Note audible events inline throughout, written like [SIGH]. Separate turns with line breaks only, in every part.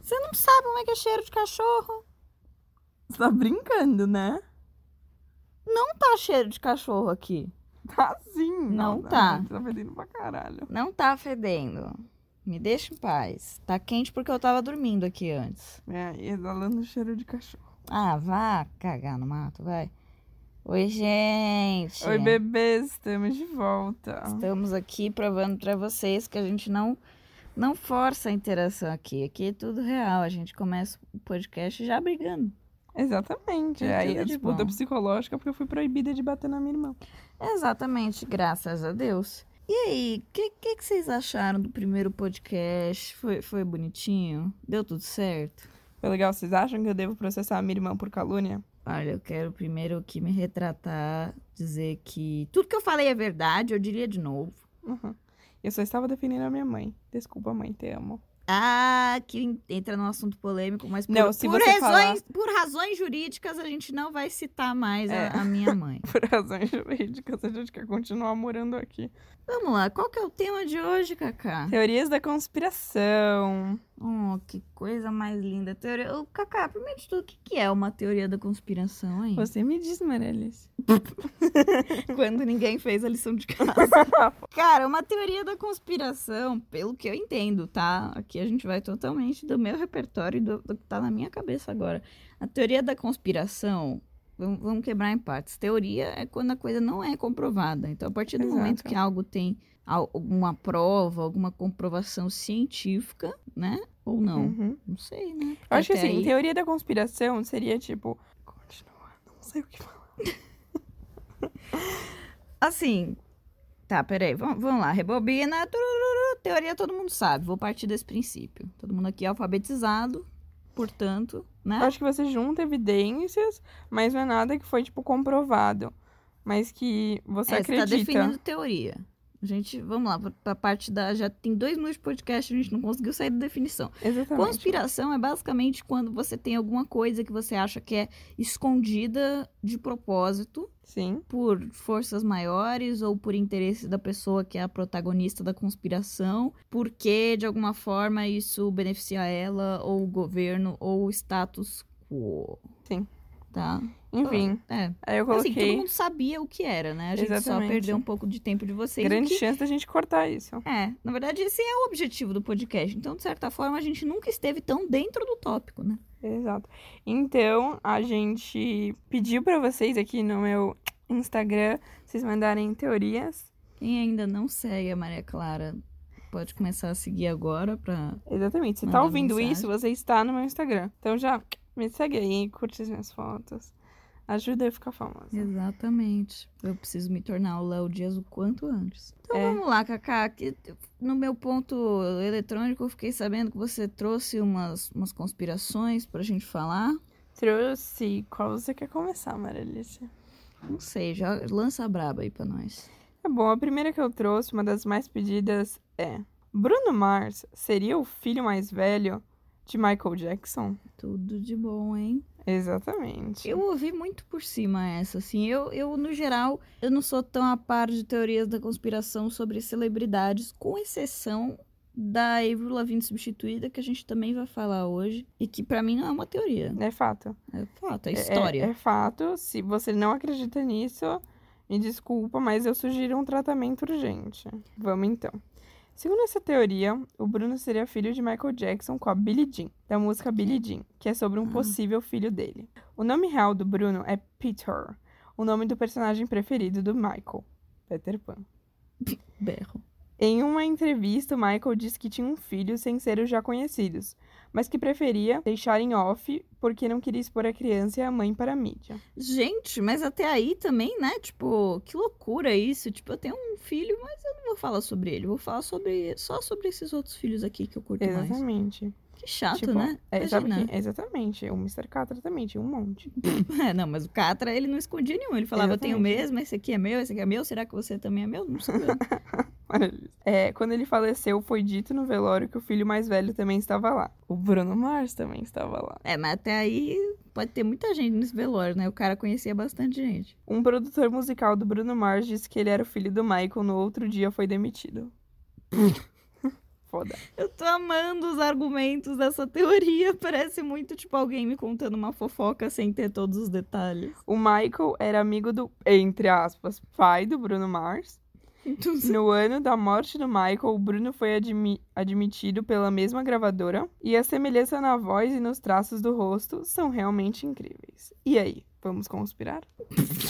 Você não sabe como é que é cheiro de cachorro?
Você tá brincando, né?
Não tá cheiro de cachorro aqui.
Tá sim.
Não tá.
Tá vendendo pra caralho.
Não tá fedendo. Me deixa em paz. Tá quente porque eu tava dormindo aqui antes.
É, e exalando cheiro de cachorro.
Ah, vá cagar no mato, vai. Oi, gente.
Oi, bebês, estamos de volta.
Estamos aqui provando pra vocês que a gente não não força a interação aqui. Aqui é tudo real. A gente começa o podcast já brigando.
Exatamente.
Tem
Aí
tudo
a
de
disputa
bom.
psicológica porque eu fui proibida de bater na minha irmã.
Exatamente, graças a Deus. E aí, o que, que, que vocês acharam do primeiro podcast? Foi, foi bonitinho? Deu tudo certo?
Foi legal, vocês acham que eu devo processar a minha irmã por calúnia?
Olha, eu quero primeiro aqui me retratar, dizer que tudo que eu falei é verdade, eu diria de novo.
Uhum. Eu só estava defendendo a minha mãe. Desculpa, mãe, te amo. [LAUGHS]
Ah, que entra num assunto polêmico, mas por,
Não, se
por
você
razões,
falar-
por razões jurídicas a gente não vai citar mais a-
É.
a minha mãe.
[LAUGHS] Por razões jurídicas, a gente quer continuar morando aqui.
Vamos lá, qual que é o tema de hoje, Cacá?
Teorias da conspiração.
Oh, que coisa mais linda. Teoria... Ô, Cacá, primeiro de tudo, o que, que é uma teoria da conspiração, hein?
Você me diz, Maria Alice.
Quando ninguém fez a lição de casa. [LAUGHS] Cara, uma teoria da conspiração, pelo que eu entendo, tá? Aqui a gente vai totalmente do meu repertório e do, do que tá na minha cabeça agora. A teoria da conspiração, vamos, vamos quebrar em partes. Teoria é quando a coisa não é comprovada. Então, a partir do
Exato.
momento que algo tem al- alguma prova, alguma comprovação científica, né? Ou não.
Uhum.
Não sei, né?
Eu acho que
Até
assim,
aí-
teoria da conspiração seria tipo. Continua, não sei o que falar.
Assim. Tá, peraí. Vamos, vamos lá. Rebobina. tururu, teoria todo mundo sabe. Vou partir desse princípio. Todo mundo aqui é alfabetizado, portanto,
Eu
né?
acho que você junta evidências, mas não é nada que foi, tipo, comprovado. Mas que você
é,
acredita.
tá definindo teoria. A gente, vamos lá, pra- pra parte da. Já tem dois minutos de podcast, a gente não conseguiu sair da definição.
Tá Exatamente.
Conspiração é basicamente quando você tem alguma coisa que você acha que é escondida de propósito
Sim.
por forças maiores ou por interesse da pessoa que é a protagonista da conspiração, porque de alguma forma isso beneficia ela ou o governo ou o status quo.
Sim.
Tá?
Enfim,
É.
aí eu
Assim, todo
coloquei.
mundo sabia o que era, né? A gente só
Exatamente.
perdeu um pouco de tempo de vocês. o
grande
que-
chance da gente cortar isso.
É, na verdade, esse é o objetivo do podcast. Então, de certa forma, a gente nunca esteve tão dentro do tópico, né?
Exato. Então, a gente pediu pra vocês aqui no meu Instagram, vocês mandarem teorias.
Quem ainda não segue a Maria Clara pode começar a seguir agora pra
Exatamente. Você tá
Mandar
ouvindo
mensagem.
isso, você está no meu Instagram. Então já me segue aí, curte as minhas fotos. Ajuda eu a ficar famosa.
Exatamente. Eu preciso me tornar o Léo Dias o quanto antes. Então
É.
vamos lá, Cacá. Que no meu ponto eletrônico, eu fiquei sabendo que você trouxe umas, umas conspirações pra gente falar.
Trouxe. Qual você quer começar, Marilice?
Não sei, já lança a braba aí pra nós.
Tá bom, a primeira que eu trouxe, uma das mais pedidas, é: Bruno Mars seria o filho mais velho de Michael Jackson?
Tudo de bom, hein?
Exatamente.
Eu ouvi muito por cima essa, assim. Eu, eu, no geral, eu não sou tão a par de teorias da conspiração sobre celebridades, com exceção da Avril Lavigne substituída, que a gente também vai falar hoje, e que pra mim não é uma teoria.
É fato.
É fato, é
É-
história.
É, fato. Se você não acredita nisso, me desculpa, mas eu sugiro um tratamento urgente. Vamos então. Segundo essa teoria, o Bruno seria filho de Michael Jackson com a Billie Jean, da música Billie Jean, que é sobre um
Ah.
possível filho dele. O nome real do Bruno é Peter, o nome do personagem preferido do Michael, Peter Pan.
Berro.
Em uma entrevista, o Michael disse que tinha um filho sem ser os já conhecidos, mas que preferia deixar em off porque não queria expor a criança e a mãe para a mídia.
Gente, mas até aí também, né? Tipo, que loucura isso. Tipo, eu tenho um filho, mas eu não vou falar sobre ele. Eu Vou falar sobre só sobre esses outros filhos aqui que eu curto mais.
Exatamente.
Que chato,
Tipo,
né?
É, sabe
Imagina.
que- exatamente. O Mr. Catra também tinha um monte.
[LAUGHS] É, não, mas o Catra, ele não escondia nenhum. Ele falava, eu tenho
Exatamente.
mesmo, esse aqui é meu, esse aqui é meu. Será que você também é meu? Não sei.
Maravilhoso. É, quando ele faleceu, foi dito no velório que o filho mais velho também estava lá. O Bruno Mars também estava lá.
é, mas até aí pode ter muita gente nesse velório, né? O cara conhecia bastante gente.
Um produtor musical
[LAUGHS]
do Bruno Mars disse que ele era o filho do Michael no outro dia foi demitido. Foda.
Eu tô amando os argumentos dessa teoria. [LAUGHS] Parece muito tipo alguém me contando uma fofoca sem ter todos os detalhes.
O Michael era amigo do, entre aspas, pai do Bruno Mars.
Então,
No ano da morte do Michael, o Bruno foi admi- admitido pela mesma gravadora e a semelhança na voz e nos traços do rosto são realmente incríveis. E aí, vamos conspirar?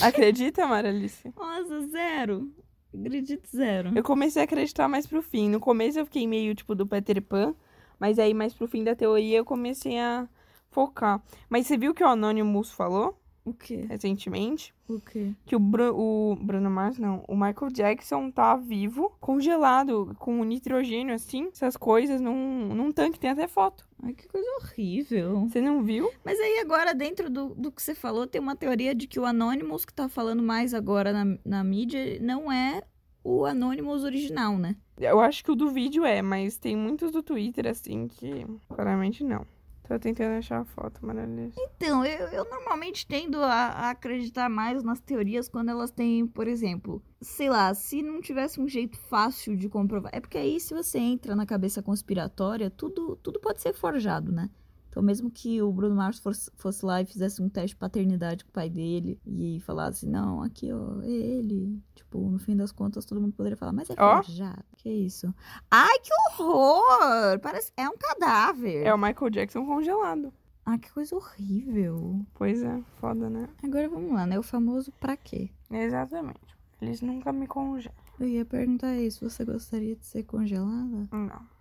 Acredita, Maralice?
Nossa, zero. Acredito zero.
Eu comecei a acreditar mais pro fim. No começo eu fiquei meio tipo do Peter Pan, mas aí mais pro fim da teoria eu comecei a focar. Mas você viu que o Anonymous falou
O quê?
recentemente?
O quê?
que o, Bru- o Bruno Mars, não, o Michael Jackson tá vivo, congelado, com nitrogênio, assim, essas coisas, num, num tanque, tem até foto.
Ai, que coisa horrível.
Você não viu?
Mas aí agora, dentro do, do que você falou, tem uma teoria de que o Anonymous que tá falando mais agora na, na mídia não é o Anonymous original, né?
Eu acho que o do vídeo é, mas tem muitos do Twitter, assim, que claramente não. Tô tentando achar a foto, maravilhosa.
Então, eu, eu normalmente tendo a, a acreditar mais nas teorias quando elas têm, por exemplo, sei lá, se não tivesse um jeito fácil de comprovar. É porque aí, se você entra na cabeça conspiratória, tudo, tudo pode ser forjado, né? Então, mesmo que o Bruno Mars fosse, fosse lá e fizesse um teste de paternidade com o pai dele e falasse, não, aqui, ó, é ele. Tipo, no fim das contas, todo mundo poderia falar, mas é
Ó.
forjado. Que isso? Ai, que horror! Parece. É um cadáver.
É o Michael Jackson congelado.
Ah, que coisa horrível.
Pois é, foda, né?
Agora vamos lá, né? O famoso pra quê?
Exatamente. Eles nunca me congelam.
Eu ia perguntar isso. Você gostaria de ser congelada?
Não.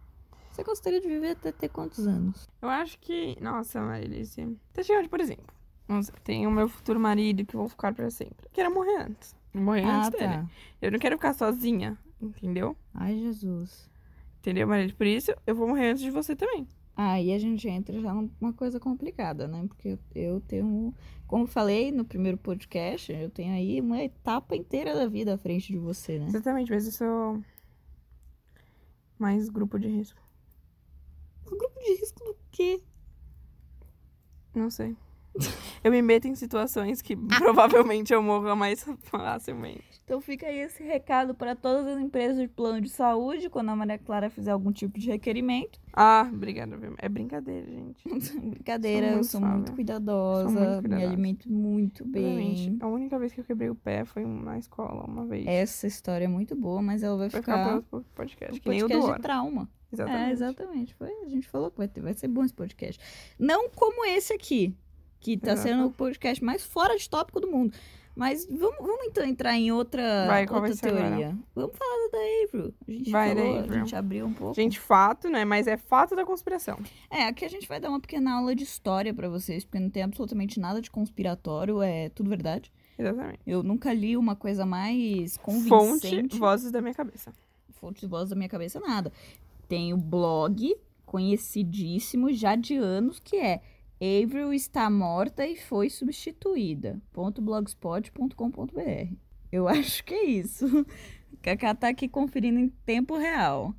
Você gostaria de viver até ter quantos anos?
Eu acho que. Nossa, Marilice. Tá chegando, por exemplo. vamos dizer, Tem o meu futuro marido que eu vou ficar pra sempre. Eu quero morrer antes.
É
Morrer
Ah,
antes dele. Eu não quero ficar sozinha, entendeu?
tá. Ai, Jesus.
Entendeu, Marilis? Por isso, eu vou morrer antes de você também.
Aí Ah, a gente entra já numa coisa complicada, né? Porque eu tenho, como falei no primeiro podcast, eu tenho aí uma etapa inteira da vida à frente de você, né?
Exatamente, mas eu sou mais grupo de risco.
Um grupo de risco do quê? [LAUGHS]
Não sei. Eu me meto em situações que provavelmente eu morra mais facilmente.
Então fica aí esse recado para todas as empresas de plano de saúde, quando a Maria Clara fizer algum tipo de requerimento.
Ah, obrigada, Vilma. É brincadeira, gente.
[LAUGHS] Brincadeira,
Sou
eu
muito
sou
sábia.
muito cuidadosa,
Sou muito
me
cuidadosa.
alimento muito bem.
Obviamente, a única vez que eu quebrei o pé foi na escola, uma vez.
Essa história é muito boa, mas ela vai
Vai
ficar,
ficar para
ficar
outro
um
podcast, que nem o do
podcast de
Hora.
trauma.
Exatamente.
É, exatamente. Foi, a gente falou que vai, ter- vai ser bom esse podcast. Não como esse aqui, que tá
Exato.
sendo o podcast mais fora de tópico do mundo. Mas vamos, vamos então entrar em outra,
Vai, qual vai
outra
ser agora?
teoria. Vamos falar da Avril. A gente
Vai, da
falou, a
Avril.
gente abriu um pouco.
Gente, fato, né? Mas é fato da conspiração.
É, aqui a gente vai dar uma pequena aula de história pra vocês, porque não tem absolutamente nada de conspiratório, é tudo verdade.
Exatamente.
Eu nunca li uma coisa mais
Fonte,
convincente. Fonte,
vozes da minha cabeça.
de voz da minha cabeça, nada. Tem o blog, conhecidíssimo já de anos, que é Avril está morta e foi substituída. ponto blogspot.com.br. Eu [LAUGHS] acho que é isso. Kaká tá aqui conferindo em tempo real.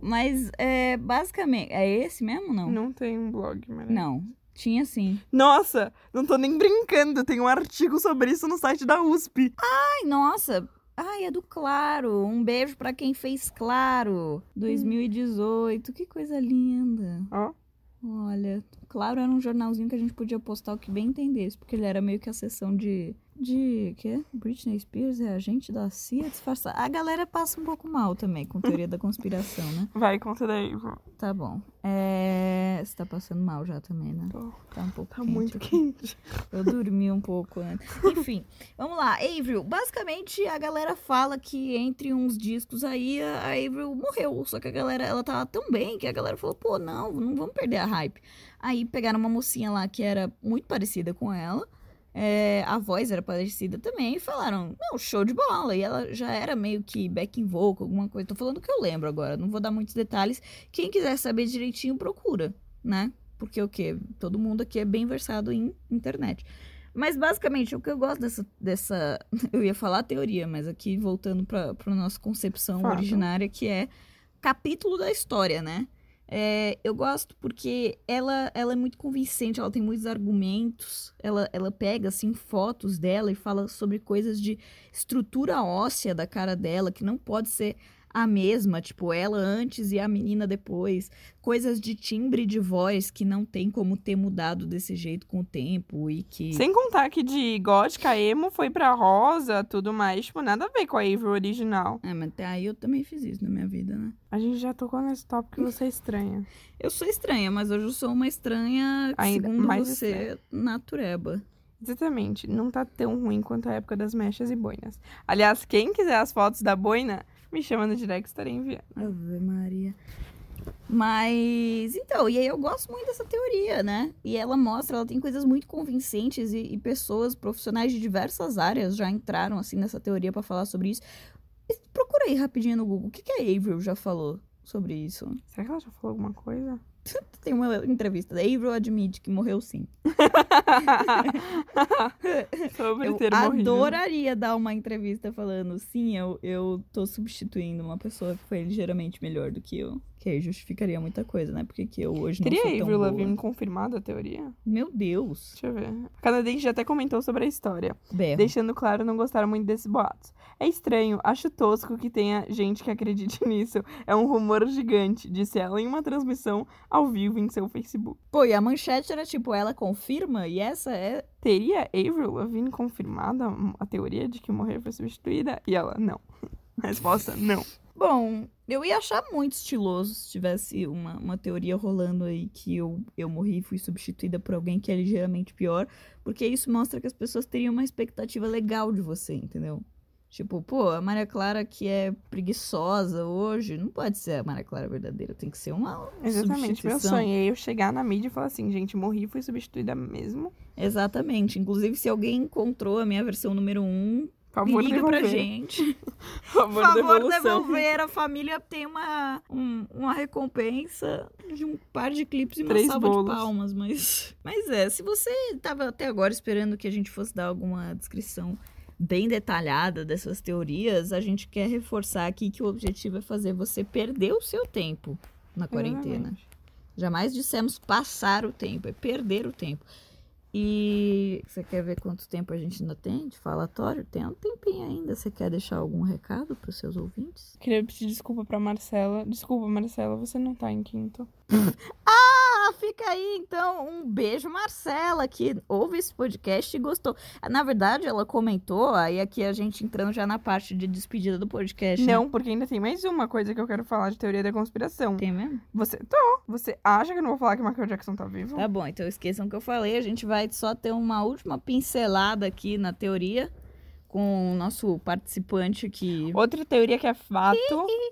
Mas, é, basicamente, é esse mesmo não?
Não tem um blog, Maria.
Não. Tinha sim.
Nossa, não tô nem brincando. Tem um artigo sobre isso no site da USP.
Ai, nossa! Ai, é do Claro. Um beijo pra quem fez Claro 2018. Que coisa linda.
Ó.
Olha, Claro era um jornalzinho que a gente podia postar o que bem entendesse, porque ele era meio que a sessão de. De. quê? Britney Spears é agente da CIA disfarçada. A galera passa um pouco mal também com teoria da conspiração,
[LAUGHS]
né?
Vai, conta daí. Ivo.
Tá bom. É. Você tá passando mal já também, né?
Tô.
Tá um pouco
Tá
quente
muito
aqui.
quente.
Eu dormi um pouco antes. Enfim, vamos lá. Avril, basicamente a galera fala que entre uns discos aí a a Avril morreu. Só que a galera, ela tava tão bem que a galera falou: pô, não, não vamos perder a hype. Aí pegaram uma mocinha lá que era muito parecida com ela. é, a voz era parecida também, e falaram, não, show de bola. E ela já era meio que back in vocal, alguma coisa. Tô falando o que eu lembro agora, não vou dar muitos detalhes. Quem quiser saber direitinho, procura, né? Porque o quê? Todo mundo aqui é bem versado em internet. Mas basicamente, o que eu gosto dessa. dessa [LAUGHS] eu ia falar teoria, mas aqui voltando para a nossa concepção
Fato.
originária, que é capítulo da história, né? É, eu gosto porque ela, ela é muito convincente, ela tem muitos argumentos, ela, ela pega assim fotos dela e fala sobre coisas de estrutura óssea da cara dela que não pode ser a mesma, tipo, ela antes e a menina depois. Coisas de timbre de voz que não tem como ter mudado desse jeito com o tempo e que.
Sem contar que de gótica emo foi pra rosa, tudo mais, tipo, nada a ver com a Avery original.
É, mas até aí eu também fiz isso na minha vida, né?
A gente já tocou nesse tópico que você é estranha.
Eu sou estranha, mas hoje eu sou uma estranha,
Ainda
segundo
mais
você,
estranha.
natureba.
Exatamente, não tá tão ruim quanto a época das mechas e boinas. Aliás, quem quiser as fotos da boina, me chama no direct, estarei enviando.
Ave Maria. Mas, então, e aí eu gosto muito dessa teoria, né? E ela mostra, ela tem coisas muito convincentes e, e pessoas, profissionais de diversas áreas já entraram, assim, nessa teoria pra falar sobre isso. E Procura aí rapidinho no Google, o que, que a Avril já falou sobre isso?
Será que ela já falou alguma
[LAUGHS]
coisa?
Tem uma entrevista da Avril admite que morreu sim.
Sobre
Eu
ter morrido.
adoraria dar uma entrevista falando, sim, eu, eu tô substituindo uma pessoa que foi ligeiramente melhor do que eu. Que aí justificaria muita coisa, né? Porque que eu hoje não
Teria
sou
a
tão
Avril
boa.
Lavigne confirmado a teoria?
Meu Deus.
Deixa eu ver. A canadense já até comentou sobre a história.
Berro.
Deixando claro, não gostaram muito desses boatos. É estranho, acho tosco que tenha gente que acredite [LAUGHS] nisso. É um rumor gigante, disse ela em uma transmissão ao vivo em seu Facebook.
Pô, e a manchete era tipo, ela confirma e essa é.
Teria Avril Lavigne confirmada a teoria de que morrer foi substituída? E ela, não. [LAUGHS] Resposta, não.
Bom, eu ia achar muito estiloso se tivesse uma, uma teoria rolando aí que eu, eu morri e fui substituída por alguém que é ligeiramente pior, porque isso mostra que as pessoas teriam uma expectativa legal de você, entendeu? Tipo, pô, a Maria Clara que é preguiçosa hoje, não pode ser a Maria Clara verdadeira, tem que ser uma
Exatamente, meu
substituição.
sonho é eu chegar na mídia e falar assim, gente, morri e fui substituída mesmo.
Exatamente. Inclusive, se alguém encontrou a minha versão número 1,
Por
me
favor,
liga pra
devolver.
gente.
Por [LAUGHS] favor,
Por favor,
devolução.
devolver. A família tem uma, um- uma recompensa de um par de clipes e uma
Três
salva
bolos.
de palmas. Mas... mas é, se você tava até agora esperando que a gente fosse dar alguma descrição bem detalhada dessas teorias, a gente quer reforçar aqui que o objetivo é fazer você perder o seu tempo na quarentena.
Exatamente.
Jamais dissemos passar o tempo, é perder o tempo. E você quer ver quanto tempo a gente ainda tem de falatório? Tem um tempinho ainda. Você quer deixar algum recado para os seus ouvintes?
Queria pedir desculpa pra Marcela. Desculpa, Marcela, você não tá em quinto.
Ah, fica aí então. Um beijo, Marcela, que ouve esse podcast e gostou. Na verdade, ela comentou, aí aqui a gente entrando já na parte de despedida do podcast. né?
Não, porque ainda tem mais uma coisa que eu quero falar de teoria da conspiração.
Tem mesmo?
Você. Tô. Você acha que eu não vou falar que Michael Jackson tá vivo?
Tá bom, então esqueçam o que eu falei. A gente vai só ter uma última pincelada aqui na teoria com o nosso participante que.
Outra teoria que é fato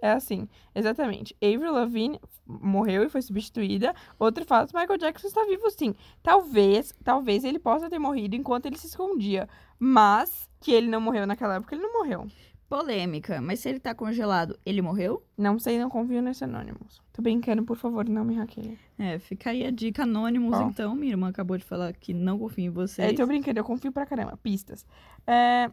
é assim, exatamente. Avril Lavigne morreu e foi substituída. Outro fato, Michael Jackson está vivo sim. Talvez, talvez ele possa ter morrido enquanto ele se escondia, mas que ele não morreu naquela época, ele não morreu.
Polêmica, mas se ele tá congelado, ele morreu?
Não sei, não confio nesse Anonymous. Tô brincando, por favor, não me hackeia.
É, fica aí a dica Anonymous,
Bom.
então. Minha irmã acabou de falar que não confia em você.
É, tô brincando, eu confio pra caramba. Pistas. É,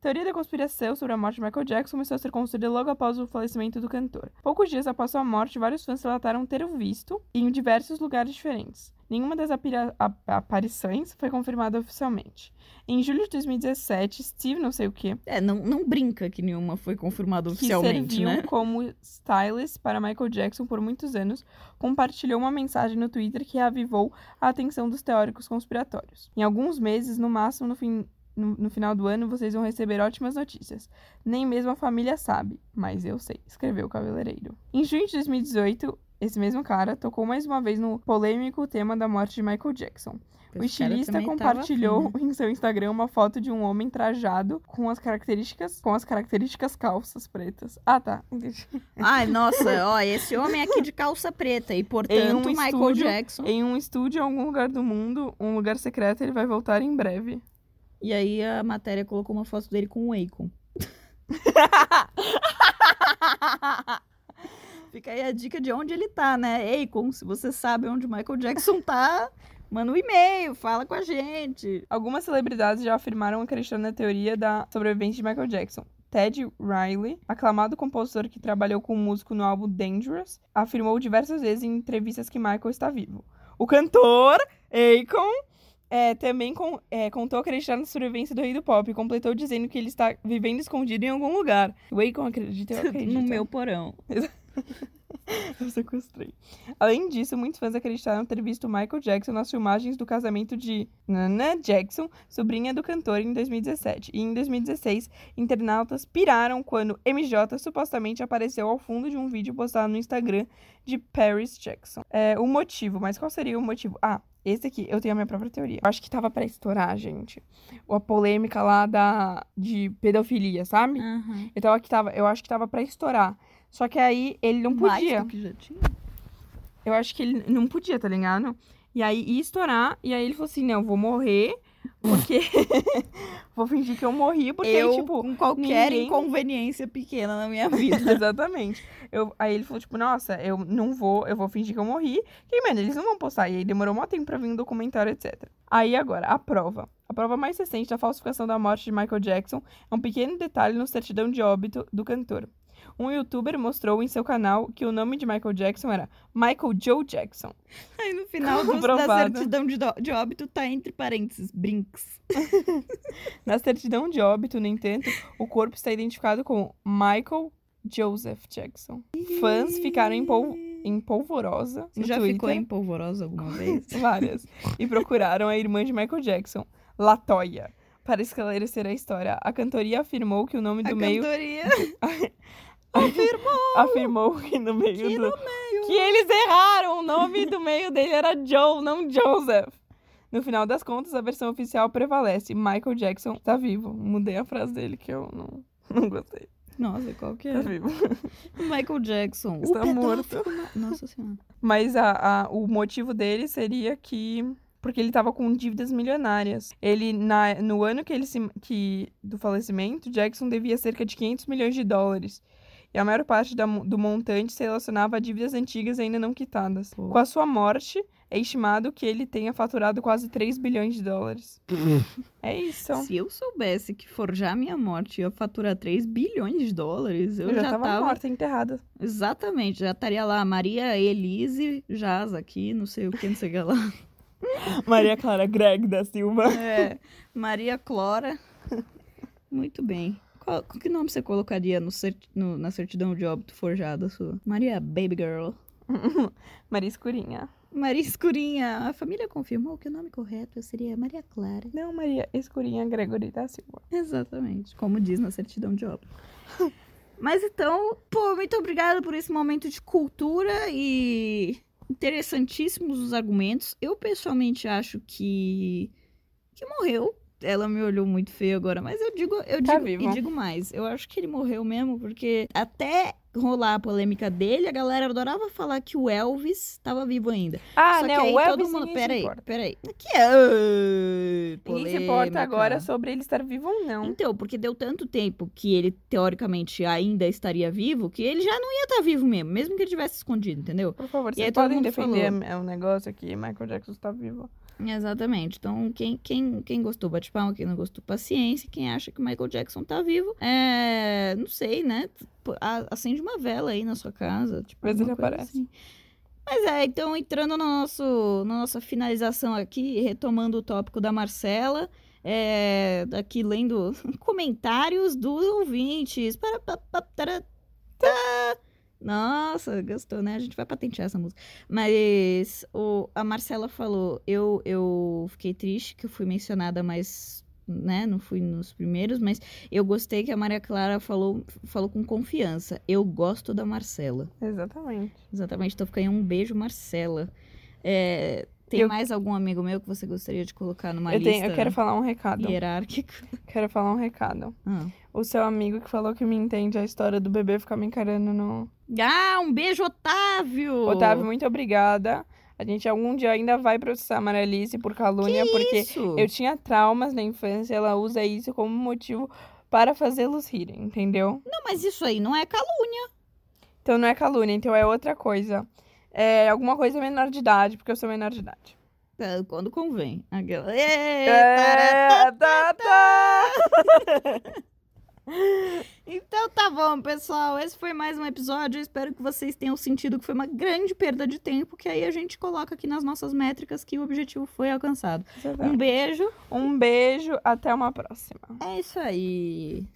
teoria da conspiração sobre a morte de Michael Jackson começou a ser construída logo após o falecimento do cantor. Poucos dias após sua morte, vários fãs relataram ter o visto em diversos lugares diferentes. Nenhuma das apira- a- aparições foi confirmada oficialmente. Em julho de 2017, Steve não sei o quê,
É, não, não brinca que nenhuma foi confirmada
que
oficialmente,
serviu
né?
como stylist para Michael Jackson por muitos anos, compartilhou uma mensagem no Twitter que reavivou a atenção dos teóricos conspiratórios. Em alguns meses, no máximo no, fim- no- no final do ano, vocês vão receber ótimas notícias. Nem mesmo a família sabe, mas eu sei, escreveu o cabeleireiro. Em junho de 2018, esse mesmo cara tocou mais uma vez no polêmico tema da morte de Michael Jackson. O
Esse cara
estilista
também tava
compartilhou
afim, né?
em seu Instagram uma foto de um homem trajado com as características com as características calças pretas. Ah, tá. Entendi.
né? Ai, nossa, ó, esse homem é aqui de calça preta e, portanto,
um
Michael
estúdio-
Jackson.
Em um estúdio em algum lugar do mundo, um lugar secreto, ele vai voltar em breve.
E aí a matéria colocou uma foto dele com o [LAUGHS] Akon. Fica aí a dica de onde ele tá, né? Akon, se você sabe onde o Michael Jackson tá, manda um e-mail, fala com a gente.
Algumas celebridades já afirmaram acreditar na teoria da sobrevivência de Michael Jackson. Ted Riley, aclamado compositor que trabalhou com o músico no álbum Dangerous, afirmou diversas vezes em entrevistas que Michael está vivo. O cantor Akon é, também con- é, contou acreditar na sobrevivência do rei do pop e completou dizendo que ele está vivendo escondido em algum lugar. O Akon acredita, eu
[LAUGHS]
acredito.
no meu porão.
Eu sequestrei. Além disso, muitos fãs acreditaram ter visto Michael Jackson nas filmagens do casamento de Nana Jackson, sobrinha do cantor, em 2017. E em 2016, internautas piraram quando MJ supostamente apareceu ao fundo de um vídeo postado no Instagram de Paris Jackson. É, o motivo, mas qual seria o motivo? Ah, esse aqui, eu tenho a minha própria teoria. Eu acho que tava pra estourar, gente. A polêmica lá da, de pedofilia, sabe?
Aham.
Então, aqui tava, eu acho que tava pra estourar. Só que aí ele não
Mais
podia.
do que já tinha.
Eu acho que ele não podia, tá ligado? E aí ia estourar, e aí ele falou assim: não, vou morrer, porque. [LAUGHS] vou fingir que eu morri, porque,
eu,
tipo.
com qualquer
ninguém-
inconveniência pequena na minha vida.
[LAUGHS] Exatamente. Eu, aí ele falou, tipo, nossa, eu não vou, eu vou fingir que eu morri. E, mano, eles não vão postar. E aí demorou mó tempo pra vir um documentário, etc. Aí agora, a prova. A prova mais recente da falsificação da morte de Michael Jackson é um pequeno detalhe no certidão de óbito do cantor. Um youtuber mostrou em seu canal que o nome de Michael Jackson era Michael Joe Jackson.
[LAUGHS] Aí no [LAUGHS] final do, da
Comprovado.
certidão de, do- de óbito tá entre parênteses, brinks.
Na certidão de óbito, no entanto, o corpo está identificado como Michael Joseph Jackson. Fãs ficaram em, pol em polvorosa.
Você
No
já
Twitter.
ficou em polvorosa alguma vez?
[LAUGHS] Várias. E procuraram a irmã de Michael Jackson, Latoya, para esclarecer a história. A cantoria afirmou que o nome
A
do meio.
cantoria
[LAUGHS] Afirmou que no meio
Que
do. Que eles erraram! O nome do meio dele era Joe, não Joseph. No final das contas, a versão oficial prevalece. Michael Jackson tá vivo. Mudei a frase dele que eu não, não gostei.
Nossa, qual que
Tá
é?
vivo.
Michael Jackson.
Está
o
morto.
pedófilo- Nossa senhora.
Mas a, a- o motivo dele seria que. Porque ele tava com dívidas milionárias. Ele, na, no ano que ele se, que, do falecimento, Jackson devia cerca de 500 milhões de dólares. E a maior parte da mo- do montante se relacionava a dívidas antigas ainda não quitadas.
Pô.
Com a sua morte, é estimado que ele tenha faturado quase 3 bilhões de [LAUGHS] dólares. é isso.
Se eu soubesse que forjar minha morte ia faturar 3 bilhões de dólares, eu,
Eu, já, tava, morta, enterrada.
Exatamente, já estaria lá Maria Elise Jaz aqui, não sei o que, não sei o que lá.
[LAUGHS] Maria Clara Greg da Silva.
É, Maria Clora. Muito bem. Qual, qual que nome você colocaria no cer- no- na certidão de óbito forjada sua? Maria Baby Girl.
Maria Escurinha.
Maria Escurinha. A família confirmou que o nome correto seria Maria Clara.
Não, Maria Escurinha Gregory da Silva.
Exatamente, como diz na certidão de óbito. [LAUGHS] Mas então, pô, muito obrigada por esse momento de cultura e interessantíssimos os argumentos. Eu pessoalmente acho que que morreu. Ela me olhou muito feio agora, mas eu digo, eu
Tá
digo
vivo.
e digo mais. Eu acho que ele morreu mesmo porque até rolar a polêmica dele, a galera adorava falar que o Elvis estava vivo ainda.
Ah,
Só que
né?
aí
o Elvis
todo mundo,
ninguém se
peraí,
importa.
peraí. Que é?
Ninguém se importa agora
polêmica.
sobre ele estar vivo ou não.
Então, porque deu tanto tempo que ele, teoricamente, ainda estaria vivo, que ele já não ia estar vivo mesmo, mesmo que ele tivesse escondido, entendeu?
Por favor,
aí
vocês
todo
podem
mundo
defender o negócio aqui. Michael Jackson está vivo.
Exatamente. Então, quem, quem, quem gostou, bate palma, quem não gostou, paciência. Quem acha que o Michael Jackson tá vivo, é. Não sei, né? Pô, a- Acende uma vela aí na sua casa. Tipo,
Vê se
alguma
ele
coisa
aparece.
assim. Mas é, então, entrando no nosso, na nossa finalização aqui, retomando o tópico da Marcela. É, daqui lendo [LAUGHS] comentários dos ouvintes. Para, pa, pa, tara, tá. Nossa, gostou, né? A gente vai patentear essa música. Mas o, a Marcela falou: eu, eu fiquei triste que eu fui mencionada, mas né, não fui nos primeiros, mas eu gostei que a Maria Clara falou, falou com confiança. Eu gosto da Marcela.
Exatamente.
Exatamente, então fica aí um beijo, Marcela. É, tem
Eu-
mais algum amigo meu que você gostaria de colocar numa
Eu,
lista
tenho- eu quero falar um recado.
hierárquica?
[LAUGHS] Quero falar um recado.
Ah.
O seu amigo que falou que me entende a história do bebê ficar me encarando no.
Ah, um beijo, Otávio!
Otávio, muito obrigada. A gente algum dia ainda vai processar a Maralice por calúnia, porque
Isso!
eu tinha traumas na infância e ela usa isso como motivo para fazê-los rirem, entendeu?
Não, mas isso aí não é calúnia.
Então não é calúnia, então é outra coisa. É alguma coisa menor de idade, porque eu sou menor de idade.
Quando convém. Aquela...
É, tá, tá.
Então tá bom, pessoal. Esse foi mais um episódio. Eu espero que vocês tenham sentido que foi uma grande perda de tempo, que aí a gente coloca aqui nas nossas métricas que o objetivo foi
Tá.
alcançado. Um beijo.
Um beijo, até uma próxima.
É isso aí.